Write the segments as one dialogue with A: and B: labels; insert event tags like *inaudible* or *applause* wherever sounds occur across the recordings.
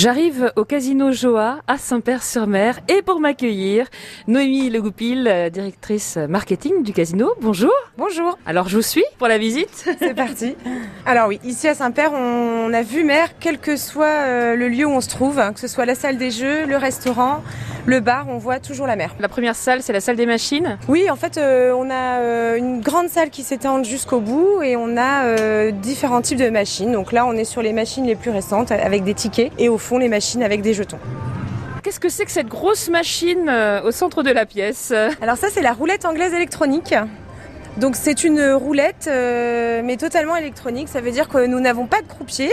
A: J'arrive au Casino Joa à Saint-Père-sur-Mer et pour m'accueillir, Noémie Legoupil, euh, directrice marketing du casino. Bonjour.
B: Bonjour,
A: Alors je vous suis pour la visite. *laughs*
B: c'est parti. Alors oui, ici à Saint-Père, on a vu mer, quel que soit euh, le lieu où on se trouve, hein, que ce soit la salle des jeux, le restaurant, le bar, on voit toujours la mer.
A: La première salle, c'est la salle des machines.
B: Oui, en fait, euh, on a euh, une grande salle qui s'étend jusqu'au bout et on a euh, différents types de machines. Donc là, on est sur les machines les plus récentes avec des tickets et au fond les machines avec des jetons.
A: Qu'est-ce que c'est que cette grosse machine euh, au centre de la pièce euh,
B: Alors ça, c'est la roulette anglaise électronique. Donc c'est une roulette, euh, mais totalement électronique. Ça veut dire que nous n'avons pas de croupier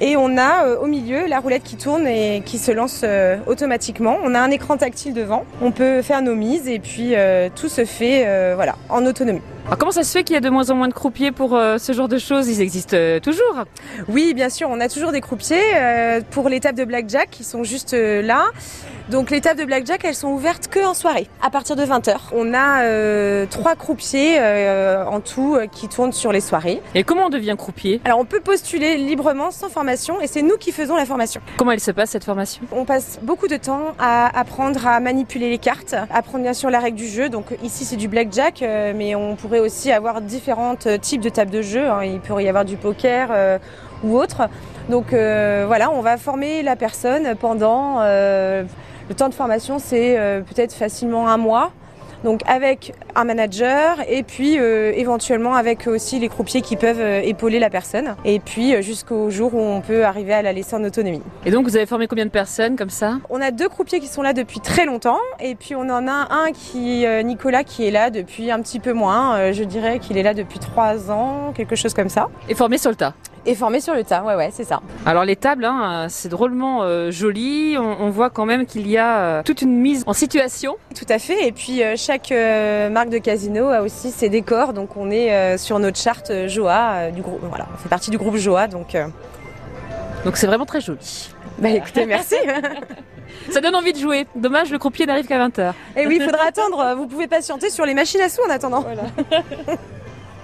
B: et on a euh, au milieu la roulette qui tourne et qui se lance euh, automatiquement. On a un écran tactile devant. On peut faire nos mises et puis euh, tout se fait euh, voilà en autonomie.
A: Alors comment ça se fait qu'il y a de moins en moins de croupiers pour euh, ce genre de choses Ils existent euh, toujours.
B: Oui, bien sûr, on a toujours des croupiers euh, pour les tables de blackjack qui sont juste euh, là. Donc les tables de blackjack, elles sont ouvertes que en soirée, à partir de 20h. On a euh, trois croupiers euh, en tout euh, qui tournent sur les soirées.
A: Et comment on devient croupier
B: Alors on peut postuler librement sans formation et c'est nous qui faisons la formation.
A: Comment elle se passe cette formation
B: On passe beaucoup de temps à apprendre à manipuler les cartes, apprendre bien sûr la règle du jeu. Donc ici c'est du blackjack, euh, mais on pourrait aussi avoir différents euh, types de tables de jeu. hein. Il pourrait y avoir du poker euh, ou autre. Donc euh, voilà, on va former la personne pendant euh, le temps de formation, c'est euh, peut-être facilement un mois. Donc avec un manager et puis euh, éventuellement avec aussi les croupiers qui peuvent euh, épauler la personne et puis euh, jusqu'au jour où on peut arriver à la laisser en autonomie.
A: Et donc vous avez formé combien de personnes comme ça
B: On a deux croupiers qui sont là depuis très longtemps et puis on en a un qui euh, Nicolas qui est là depuis un petit peu moins, euh, je dirais qu'il est là depuis trois ans, quelque chose comme ça.
A: Et formé sur le tas
B: Et formé sur le tas, ouais ouais, c'est ça.
A: Alors les tables, hein, euh, c'est drôlement euh, joli. On, on voit quand même qu'il y a euh, toute une mise en situation.
B: Tout à fait et puis euh, chaque euh, marque de casino a aussi ses décors donc on est euh, sur notre charte euh, Joa euh, du groupe voilà, on fait partie du groupe Joa donc euh,
A: Donc c'est vraiment très joli.
B: bah écoutez, *laughs* merci.
A: Ça donne envie de jouer. Dommage, le croupier n'arrive qu'à 20h.
B: et oui, il faudra attendre, vous pouvez patienter sur les machines à sous en attendant.